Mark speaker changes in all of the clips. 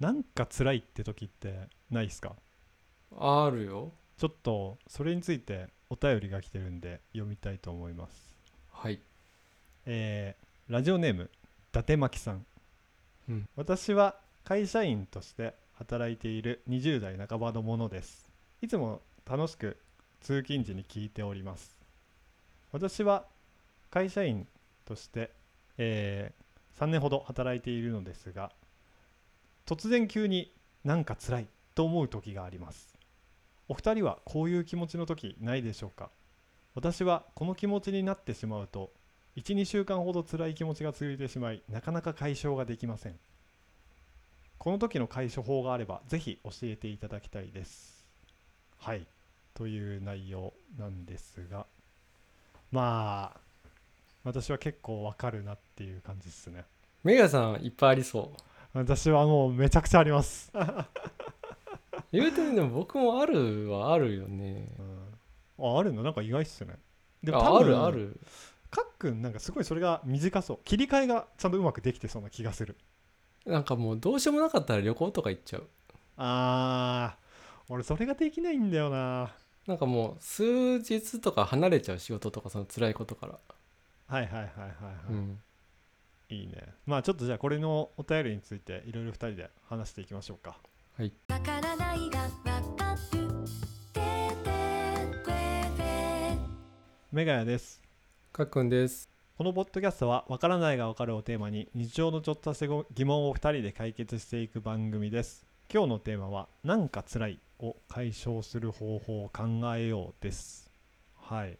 Speaker 1: なんか辛いって時ってないですか
Speaker 2: あるよ
Speaker 1: ちょっとそれについてお便りが来てるんで読みたいと思います
Speaker 2: はい
Speaker 1: えーラジオネーム伊達巻さん、
Speaker 2: うん
Speaker 1: 私は会社員として働いている20代半ばのものですいつも楽しく通勤時に聞いております私は会社員として、え3年ほど働いているのですが突然急になんか辛いと思う時がありますお二人はこういう気持ちの時ないでしょうか私はこの気持ちになってしまうと12週間ほど辛い気持ちが続いてしまいなかなか解消ができませんこの時の解消法があればぜひ教えていただきたいですはいという内容なんですがまあ私は結構わかるなっていう感じですね
Speaker 2: メガさんいっぱいありそう
Speaker 1: 私はもうめちゃくちゃあります、
Speaker 2: 言うてでも僕もあるはあるよね
Speaker 1: うん、ああるのなんか意外っすねで
Speaker 2: ああるある
Speaker 1: かっくんなんかすごいそれが短そう切り替えがちゃんとうまくできてそうな気がする
Speaker 2: なんかもうどうしようもなかったら旅行とか行っちゃう
Speaker 1: あー俺それができないんだよな
Speaker 2: なんかもう数日とか離れちゃう仕事とかその辛いことから、
Speaker 1: はいはいはいはい、はい
Speaker 2: うん
Speaker 1: いいねまあちょっとじゃあこれのお便りについていろいろ2人で話していきましょうか
Speaker 3: わからないがわかるててくれ
Speaker 1: メガヤです
Speaker 2: かっくんです
Speaker 1: このポッドキャストは「わからないがわかる」をテーマに日常のちょっとした疑問を2人で解決していく番組です今日のテーマは「なんか辛い」を解消する方法を考えようですはい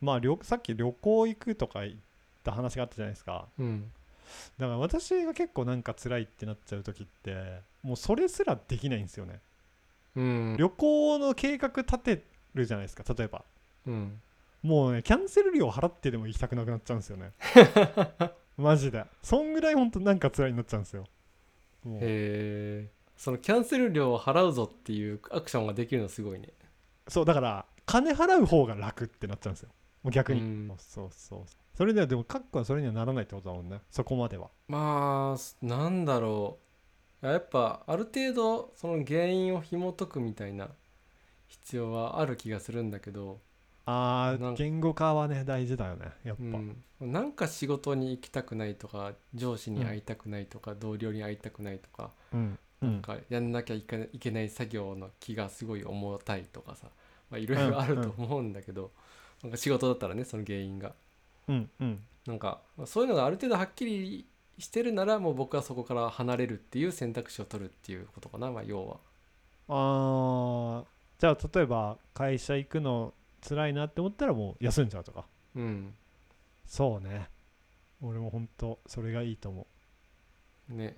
Speaker 1: まあ旅さっき旅行行くとか言った話があったじゃないですか
Speaker 2: うん
Speaker 1: だから私が結構なんか辛いってなっちゃう時ってもうそれすらできないんですよね
Speaker 2: うん
Speaker 1: 旅行の計画立てるじゃないですか例えば
Speaker 2: うん
Speaker 1: もうねキャンセル料払ってでも行きたくなくなっちゃうんですよね マジでそんぐらいほんとなんか辛いになっちゃうんですよもう
Speaker 2: へえそのキャンセル料を払うぞっていうアクションができるのすごいね
Speaker 1: そうだから金払う方が楽ってなっちゃうんですよもう逆に、
Speaker 2: うん
Speaker 1: そうそうそうそれではでもカッコはそれにはならないってことだもんねそこまでは
Speaker 2: まあすなんだろうやっぱある程度その原因を紐解くみたいな必要はある気がするんだけど、
Speaker 1: あ
Speaker 2: な
Speaker 1: ー
Speaker 2: ん
Speaker 1: 言語化はね大事だよねやっぱ、
Speaker 2: うん、なんか仕事に行きたくないとか上司に会いたくないとか、同僚に会いたくないとか
Speaker 1: うんうん
Speaker 2: なんかやんなきゃいけいけない作業の気がすごい重たいとかさまあいろいろあると思うんだけど、なんか仕事だったらねその原因が
Speaker 1: うんうん
Speaker 2: なんかまあそういうのがある程度はっきりしてるならもう僕はそこから離れるっていう選択肢を取るっていうことかな、まあ、要は。
Speaker 1: あーじゃあ例えば会社行くの辛いなって思ったらもう休んじゃうとか
Speaker 2: うん
Speaker 1: そうね俺も本当それがいいと思
Speaker 2: ね、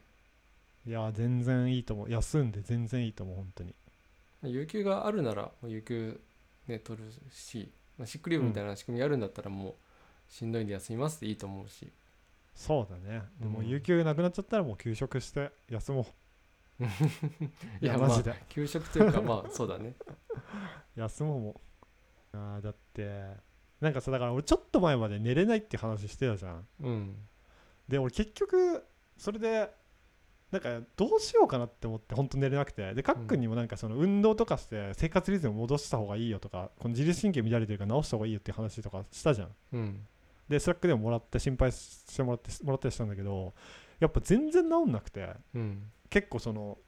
Speaker 1: ういや全然いいと思う休んで全然いいと思う本当に
Speaker 2: まあ有給があるならもう有給、ね、取るし、まあ、シックリーブみたいな仕組みがあるんだったらもうしんどいんで休みますっていいと思うし、
Speaker 1: そうだねでも
Speaker 2: うん
Speaker 1: 有給なくなっちゃったらもう休職して休も いや
Speaker 2: まあ
Speaker 1: マジで
Speaker 2: 休職というか まあそうだね。
Speaker 1: う休もうもうあーだってなんかさだから俺ちょっと前まで寝れないって話してたじゃん
Speaker 2: うん
Speaker 1: で俺結局それでなんかどうしようかなって思って本当寝れなくてでかっくんにもなんかその運動とかして生活リズム戻した方がいいよとかこの自律神経乱れてるから直した方がいいよっていう話とかしたじゃん
Speaker 2: うん
Speaker 1: でスラックでももらって心配してもらってもらったりしたんだけどやっぱ全然治んなくて
Speaker 2: うん
Speaker 1: 結構その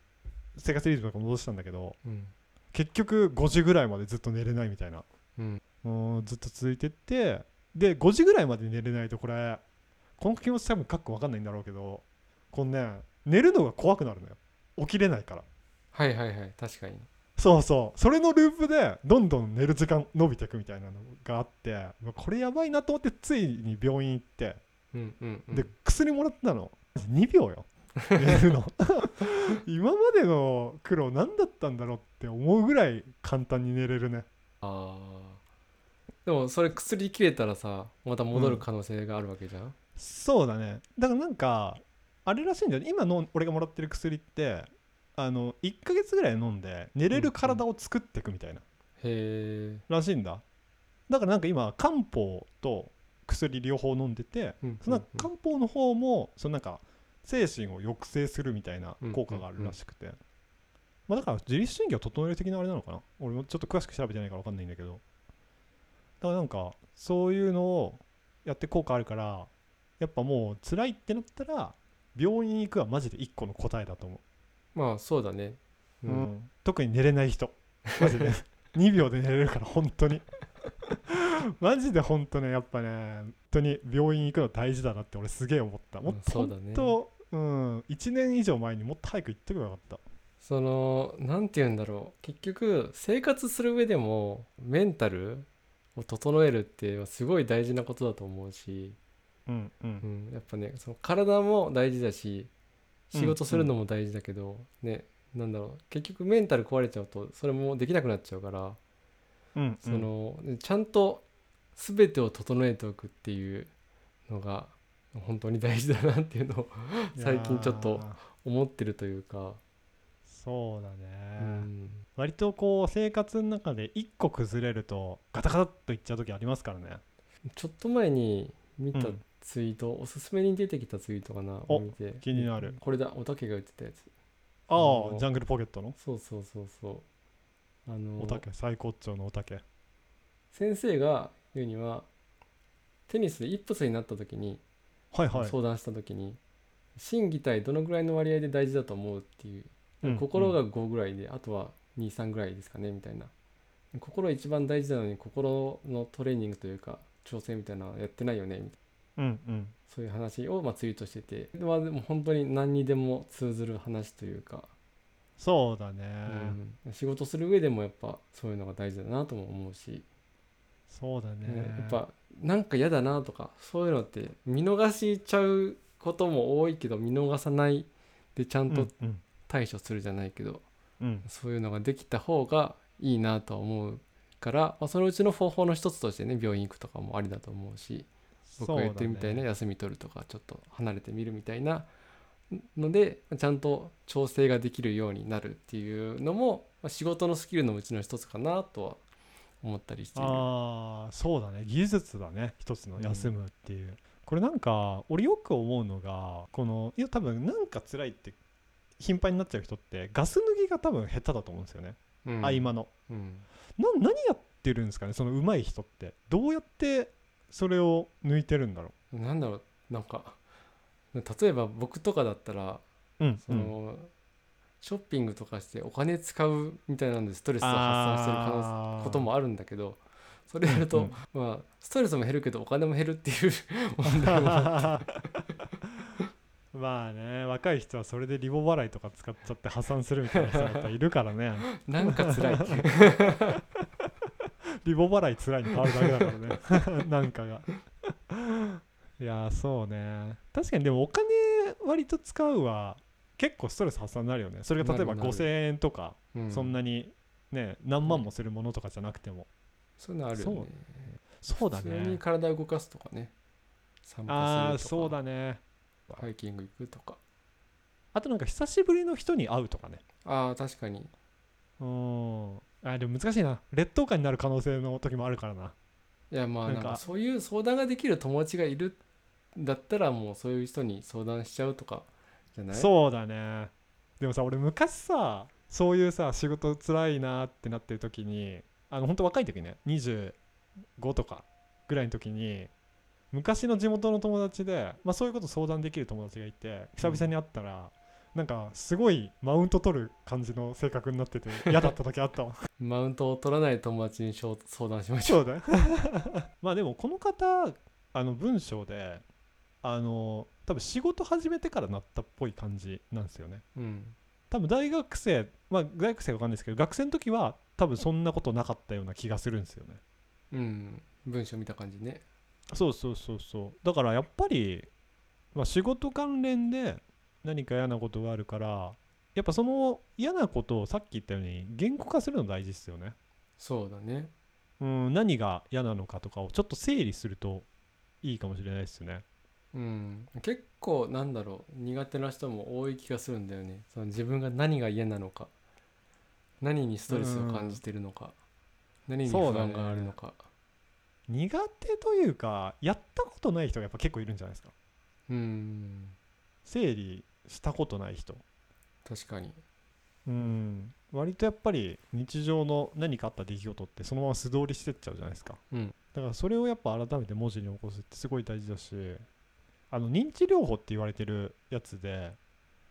Speaker 1: 生活リズムとか戻したんだけど
Speaker 2: うん
Speaker 1: 結局5時ぐらいまでずっと寝れないみたいな
Speaker 2: うん
Speaker 1: うんずっと続いてってで5時ぐらいまで寝れないとこれこの気持ち多分かっこ分かんないんだろうけどこのね寝るのが怖くなるのよ起きれないから
Speaker 2: はいはいはい確かに。
Speaker 1: そうそうそれのループでどんどん寝る時間伸びていくみたいなのがあってうわこれやばいなと思ってついに病院行って
Speaker 2: うんうんうん、
Speaker 1: で薬もらったの2秒よ寝 るの今までの苦労何だったんだろうって思うぐらい簡単に寝れるね
Speaker 2: あーでもそれ薬切れたらさまた戻る可能性があるわけじゃん、
Speaker 1: そうだねだからなんかあれらしいんだよね今の俺がもらってる薬ってあの1ヶ月ぐらい飲んで寝れる体を作っていくみたいな、
Speaker 2: へえ
Speaker 1: らしいんだだからなんか今漢方と薬両方飲んでて、
Speaker 2: うん
Speaker 1: そのなんか漢方の方もそのなんか精神を抑制するみたいな効果があるらしくて、まあ、だから自律神経を整える的なあれなのかな俺もちょっと詳しく調べてないから分かんないんだけどだからなんかそういうのをやって効果あるからやっぱもう辛いってなったら病院に行くはマジで一個の答えだと思
Speaker 2: まあそうだね
Speaker 1: う、うん特に寝れない人マ ジで2秒で寝れるから本当にマジで本当ねやっぱね本当に病院行くの大事だなって俺すげえ思ったもっと
Speaker 2: うんそうだね
Speaker 1: 本当うん1年以上前にもっと早く行ってくばよかった
Speaker 2: そのなんて言うんだろう結局生活する上でもメンタルを整えるってすごい大事なことだと思うし、
Speaker 1: うんう
Speaker 2: うんん、やっぱねその体も大事だし仕事するのも大事だけど、ねなんだろう結局メンタル壊れちゃうとそれもできなくなっちゃうから
Speaker 1: うん
Speaker 2: その、ちゃんと全てを整えておくっていうのが本当に大事だなっていうのを最近ちょっと
Speaker 1: いやー
Speaker 2: 思ってるというか、
Speaker 1: そうだね、
Speaker 2: うん、
Speaker 1: 割とこう生活の中で一個崩れるとガタガタっといっちゃう時ありますからね
Speaker 2: ちょっと前に見た
Speaker 1: うん
Speaker 2: ツイート、おすすめに出てきたツイートかな
Speaker 1: お
Speaker 2: 見て
Speaker 1: 気になる
Speaker 2: これだおたけが言ってたやつ
Speaker 1: あ
Speaker 2: あ
Speaker 1: あ
Speaker 2: の
Speaker 1: ジャングルポケットの
Speaker 2: そうそうそうそうあの
Speaker 1: おたけ最高潮のおたけ
Speaker 2: 先生が言うにはテニスでイップスになった時に、
Speaker 1: はいはい
Speaker 2: 相談した時に心技体どのぐらいの割合で大事だと思うっていう
Speaker 1: うん
Speaker 2: 心が
Speaker 1: うん
Speaker 2: 5ぐらいで、あとは23ぐらいですかねみたいな心一番大事なのに心のトレーニングというか調整みたいなのはやってないよねみたいな
Speaker 1: うんうん
Speaker 2: そういう話をまあツイートしててまあでも本当に何にでも通ずる話というか、
Speaker 1: そうだね、
Speaker 2: うん仕事する上でもやっぱそういうのが大事だなとも思うし、
Speaker 1: そうだね
Speaker 2: ねやっぱなんか嫌だなとかそういうのって見逃しちゃうことも多いけど見逃さないでちゃんと
Speaker 1: うん
Speaker 2: 対処するじゃないけど、
Speaker 1: うんうん
Speaker 2: そういうのができた方がいいなとは思うから、まあ、そのうちの方法の一つとしてね病院行くとかもありだと思うし僕が言ってるみたいな、
Speaker 1: そうだね
Speaker 2: 休み取るとかちょっと離れてみるみたいなのでちゃんと調整ができるようになるっていうのも、まあ、仕事のスキルのうちの一つかなとは思ったりしている。
Speaker 1: ああそうだね技術だね一つの休むっていう、これなんか俺よく思うのがこのいや多分なんか辛いって頻繁になっちゃう人ってガス抜きが多分下手だと思うんですよね、
Speaker 2: うん
Speaker 1: 合間の
Speaker 2: うん
Speaker 1: な何やってるんですかねその上手い人ってどうやってそれを抜いてるんだろ
Speaker 2: なんだろうなんか例えば僕とかだったら
Speaker 1: ううん
Speaker 2: その、ショッピングとかしてお金使うみたいなんでストレスを発散してる可能性
Speaker 1: 能
Speaker 2: こともあるんだけどそれやると、まあ、ストレスも減るけどお金も減るっていう 問題もあっ
Speaker 1: まあね若い人はそれでリボ払いとか使っちゃって破産するみたいな人がやっぱいるから ね
Speaker 2: てなんか辛いって いう
Speaker 1: リボ払いつらいに変わるだけだからねなんかがいやーそうね確かにでもお金割と使うは結構ストレス発散になるよねそれが例えば
Speaker 2: なるなる
Speaker 1: 5000円とか
Speaker 2: うん
Speaker 1: そんなにね何万もするものとかじゃなくても
Speaker 2: そういうのあるよね
Speaker 1: そうそうだ
Speaker 2: 普通に
Speaker 1: ね
Speaker 2: 体を動かすとかね散
Speaker 1: あ
Speaker 2: 歩
Speaker 1: あ
Speaker 2: する
Speaker 1: そう
Speaker 2: とか
Speaker 1: だね
Speaker 2: ハイキング行くとか
Speaker 1: あとなんか久しぶりの人に会うとかね
Speaker 2: ああ確かに
Speaker 1: うんあでも難しいな劣等感になる可能性の時もあるからない
Speaker 2: やまあ
Speaker 1: なん
Speaker 2: なん
Speaker 1: か
Speaker 2: かそういう相談ができる友達がいるんだったらもうそういう人に相談しちゃうとかじゃない
Speaker 1: そうだねでもさ俺昔さそういうさ仕事辛いなってなってる時にあのほんと若い時ね25とかぐらいの時に昔の地元の友達で、まあ、そういうこと相談できる友達がいて久々に会ったら、なんかすごいマウント取る感じの性格になってて嫌だった時あったわ
Speaker 2: マウントを取らない友達にしょう相談し ましょう
Speaker 1: そうだよまあでもこの方あの文章であの多分仕事始めてからなったっぽい感じなんですよね
Speaker 2: うん
Speaker 1: 多分大学生まあ大学生わかんないですけど学生の時は多分そんなことなかったような気がするんですよね
Speaker 2: うん文章見た感じね
Speaker 1: そうそうそうそうだからやっぱり、まあ、仕事関連で何か嫌なことがあるからやっぱその嫌なことをさっき言ったように言語化するの大事ですよね
Speaker 2: そうだね
Speaker 1: うん何が嫌なのかとかをちょっと整理するといいかもしれないですね
Speaker 2: うん、結構なんだろう苦手な人も多い気がするんだよねその自分が何が嫌なのか何にストレスを感じてるのか、何に不
Speaker 1: そうだ
Speaker 2: 安
Speaker 1: ね
Speaker 2: があるのか
Speaker 1: 苦手というかやったことない人がやっぱ結構いるんじゃないですか
Speaker 2: うん
Speaker 1: 整理したことない人
Speaker 2: 確かに
Speaker 1: うん割とやっぱり日常の何かあった出来事ってそのまま素通りしてっちゃうじゃないですか
Speaker 2: うん
Speaker 1: だからそれをやっぱ改めて文字に起こすってすごい大事だしあの認知療法って言われてるやつで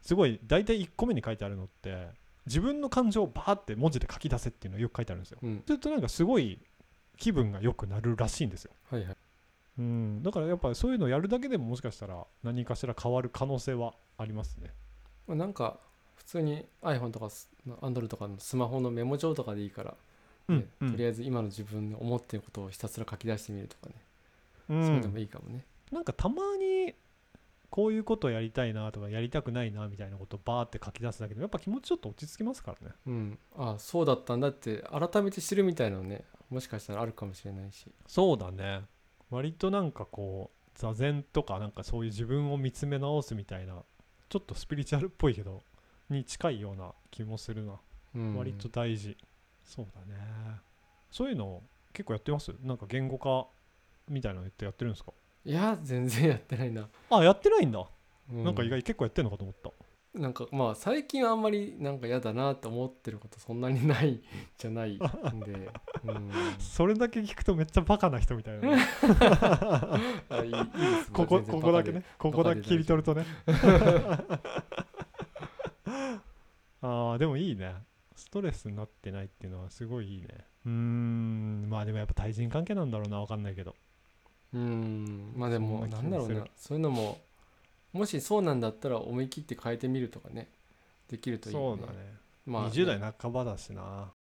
Speaker 1: すごい大体1個目に書いてあるのって自分の感情をバーって文字で書き出せっていうのがよく書いてあるんですよ
Speaker 2: うん
Speaker 1: するとなんかすごい気分が良くなるらしいんですよ
Speaker 2: はいはい
Speaker 1: うんだからやっぱそういうのをやるだけでももしかしたら何かしら変わる可能性はありますね
Speaker 2: まあ、なんか普通に iPhone とかス Android とかのスマホのメモ帳とかでいいから、ねとりあえず今の自分の思っていることをひたすら書き出してみるとかね、
Speaker 1: うん
Speaker 2: そういうのもいいかもね
Speaker 1: なんかたまにこういうことやりたいなとかやりたくないなみたいなことをバーって書き出すだけでもやっぱ気持ちちょっと落ち着きますからね
Speaker 2: うんああそうだったんだって改めて知るみたいなのねもしかしたらあるかもしれないし
Speaker 1: そうだね割となんかこう座禅とかなんかそういう自分を見つめ直すみたいなちょっとスピリチュアルっぽいけどに近いような気もするな、
Speaker 2: うん
Speaker 1: 割と大事そうだねそういうの結構やってますなんか言語化みたいなのってやってるんですか
Speaker 2: いや全然やってないな、
Speaker 1: あやってないんだ、
Speaker 2: う
Speaker 1: なんか意外結構やってんのかと思った
Speaker 2: なんかまあ最近はあんまりなんか嫌だなって思ってることそんなにないじゃないん で、うん、
Speaker 1: それだけ聞くとめっちゃバカな人みたいな ね
Speaker 2: あいいいいです
Speaker 1: ここここだけねここだけ切り取るとね ああでもいいねストレスになってないっていうのはすごいいいねうーんまあでもやっぱ対人関係なんだろうなわかんないけど
Speaker 2: うんまあでも
Speaker 1: そんな
Speaker 2: な
Speaker 1: 気
Speaker 2: んだ
Speaker 1: も
Speaker 2: ろ
Speaker 1: す
Speaker 2: う
Speaker 1: る
Speaker 2: なそういうのももしそうなんだったら思い切って変えてみるとかねできるといい
Speaker 1: そ
Speaker 2: よ
Speaker 1: う
Speaker 2: ね
Speaker 1: だね、
Speaker 2: まあね、
Speaker 1: 20代半ばだしな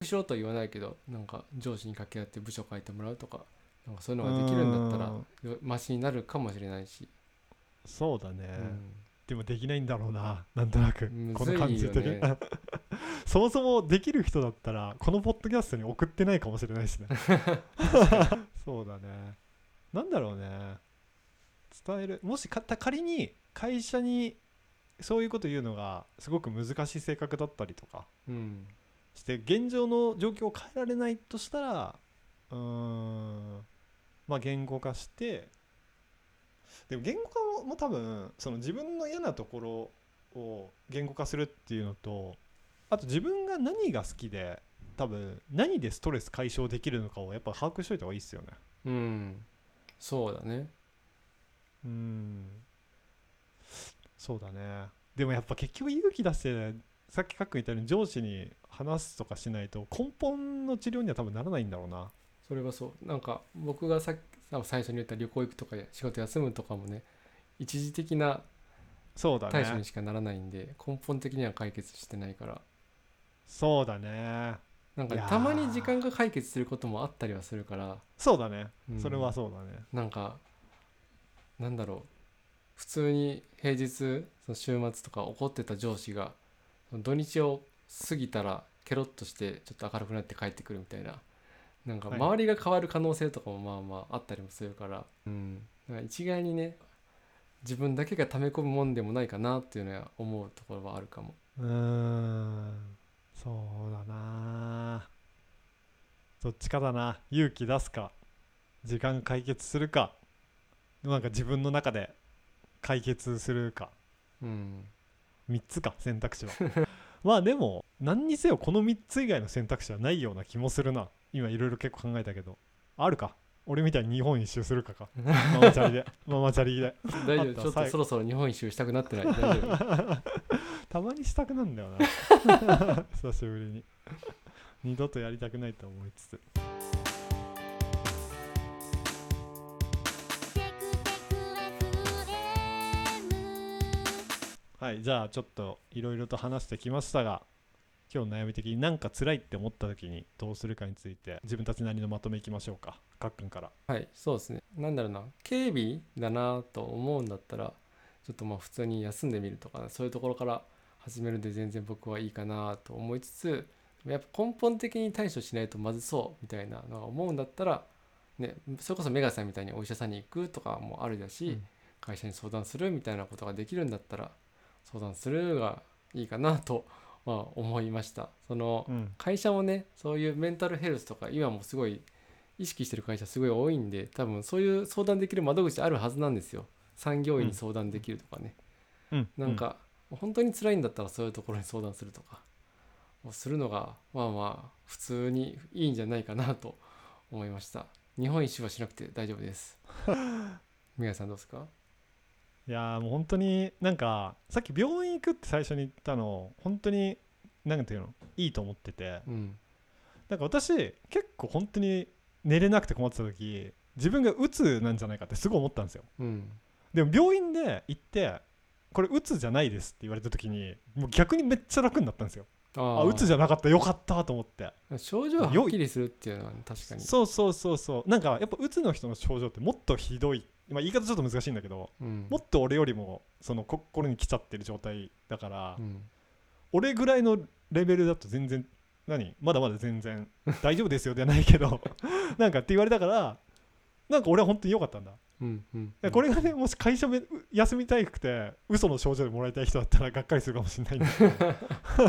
Speaker 2: 部署とは言わないけどなんか上司に掛け合って部署変えてもらうとかなんかそういうのができるんだった
Speaker 1: う
Speaker 2: ら
Speaker 1: ん
Speaker 2: よマシになるかもしれないし、
Speaker 1: そうだね、
Speaker 2: うん
Speaker 1: でもできないんだろうななんとなく
Speaker 2: む
Speaker 1: こ
Speaker 2: ずい
Speaker 1: の
Speaker 2: よ
Speaker 1: 感じ的に、
Speaker 2: ね
Speaker 1: そもそもできる人だったらこのポッドキャストに送ってないかもしれないし ねそうだねなんだろうね伝えるもしかた仮に会社にそういうこと言うのがすごく難しい性格だったりとか
Speaker 2: うん
Speaker 1: して現状の状況を変えられないとしたらうーんまあ言語化してでも言語化も多分その自分の嫌なところを言語化するっていうのとあと自分が何が好きで多分何でストレス解消できるのかをやっぱ把握しといた方がいいですよね。
Speaker 2: うんそうだね
Speaker 1: うんそうだねでもやっぱ結局勇気出してさっきかっくん言ったように上司に話すとかしないと根本の治療には多分ならないんだろうな
Speaker 2: それはそうなんか僕がさっきさ最初に言った旅行行くとかや仕事休むとかもね一時的な
Speaker 1: そうだ
Speaker 2: 対処に
Speaker 1: ね
Speaker 2: しかならないんで、根本的には解決してないから
Speaker 1: そうだね
Speaker 2: なんか
Speaker 1: いやー
Speaker 2: たまに時間が解決することもあったりはするから、
Speaker 1: そうだね、
Speaker 2: うん
Speaker 1: それはそうだね
Speaker 2: なんかなんだろう普通に平日その週末とか怒ってた上司がその土日を過ぎたらケロッとしてちょっと明るくなって帰ってくるみたいななんか
Speaker 1: はい
Speaker 2: 周りが変わる可能性とかもまあまああったりもするから、うん、なんか一概にね自分だけが溜め込むもんでもないかなっていうのは思うところはあるかも。
Speaker 1: うーんそうだなどっちかだな勇気出すか時間解決するかなんか自分の中で解決するか
Speaker 2: うん、
Speaker 1: 3つか選択肢は まあでも何にせよこの3つ以外の選択肢はないような気もするな今いろいろ結構考えたけどあるか俺みたいに日本一周するかかママチャリ でママチャリで
Speaker 2: 大丈
Speaker 1: あっ
Speaker 2: 夫
Speaker 1: た
Speaker 2: ちょっ
Speaker 1: 最後
Speaker 2: とそろそろ日本一周したくなってない大丈夫
Speaker 1: たまにしたくなんだよな 久しぶりに二度とやりたくないと思いつつ
Speaker 3: テクテク FM
Speaker 1: はいじゃあちょっといろいろと話してきましたが今日の悩み的になんか辛いって思った時にどうするかについて自分たちなりのまとめいきましょうかかっくんから
Speaker 2: はい、そうですね。なんだろうな、警備だなと思うんだったら、ちょっとまあ普通に休んでみるとか、そういうところから始めるで全然僕はいいかなと思いつつ、でもやっぱ根本的に対処しないとまずそうみたいなのが思うんだったら、ね、それこそメガさんみたいにお医者さんに行くとかもあるだし、
Speaker 1: うん
Speaker 2: 会社に相談するみたいなことができるんだったら、相談するがいいかなと、まあ、思いました。その、
Speaker 1: うん
Speaker 2: 会社もねそういうメンタルヘルスとか今もすごい意識してる会社すごい多いんで多分そういう相談できる窓口あるはずなんですよ産業医に相談できるとかね、
Speaker 1: うん、
Speaker 2: なんか、本当に辛いんだったらそういうところに相談するとかをするのがまあまあ普通にいいんじゃないかなと思いました日本一周はしなくて大丈夫です 宮井さんどうですか
Speaker 1: いやーもう本当になんかさっき病院行くって最初に言ったの本当になんていうのいいと思ってて
Speaker 2: うん
Speaker 1: なんか私結構本当に寝れなくて困ってた時自分が鬱なんじゃないかってすごい思ったんですよ
Speaker 2: うん
Speaker 1: でも病院で行ってこれ鬱じゃないですって言われた時にもう逆にめっちゃ楽になったんですよ
Speaker 2: あ
Speaker 1: あ
Speaker 2: ー
Speaker 1: 鬱じゃなかったよかったと思って
Speaker 2: 症状ははっきりするっていうのは確かに
Speaker 1: そうそうそうそうなんかやっぱ鬱の人の症状ってもっとひどい、まあ、言い方ちょっと難しいんだけど
Speaker 2: うん
Speaker 1: もっと俺よりもその心に来ちゃってる状態だから、
Speaker 2: うん
Speaker 1: 俺ぐらいのレベルだと全然何まだまだ全然大丈夫ですよではないけど なんかって言われたからなんか俺は本当に良かったんだ
Speaker 2: うんうん
Speaker 1: これがねもし会社め休みたいくて嘘の症状でもらいたい人だったらがっかりするかもしれないんだけど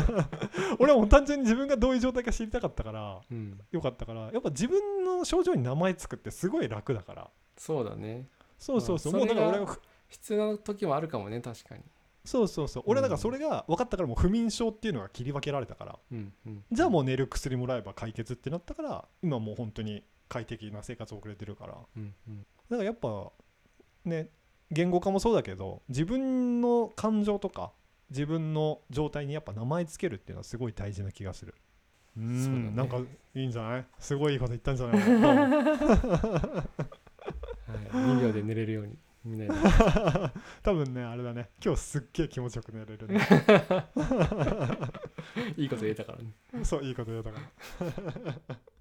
Speaker 1: 俺はもう単純に自分がどういう状態か知りたかったから
Speaker 2: うん
Speaker 1: 良かったからやっぱ自分の症状に名前つくってすごい楽だから
Speaker 2: そうだね
Speaker 1: そうそうそう
Speaker 2: ま
Speaker 1: も
Speaker 2: あ
Speaker 1: うだから俺
Speaker 2: それが
Speaker 1: が
Speaker 2: 必要な時もあるかもね確かに
Speaker 1: そうそうそう俺だからそれが分かったからもう不眠症っていうのが切り分けられたから
Speaker 2: うんうん
Speaker 1: じゃあもう寝る薬もらえば解決ってなったから今もう本当に快適な生活を送れてるからだか
Speaker 2: うんうん
Speaker 1: らやっぱね言語化もそうだけど自分の感情とか自分の状態にやっぱ名前つけるっていうのはすごい大事な気がするうーん
Speaker 2: そうだね
Speaker 1: なんかいいんじゃないすごいいいこと言ったんじゃないかな
Speaker 2: はい、2秒で寝れるようにみんなで
Speaker 1: 多分ねあれだね今日すっげえ気持ちよく寝れる ね
Speaker 2: いいこと言えたからね
Speaker 1: そういいこと言うたから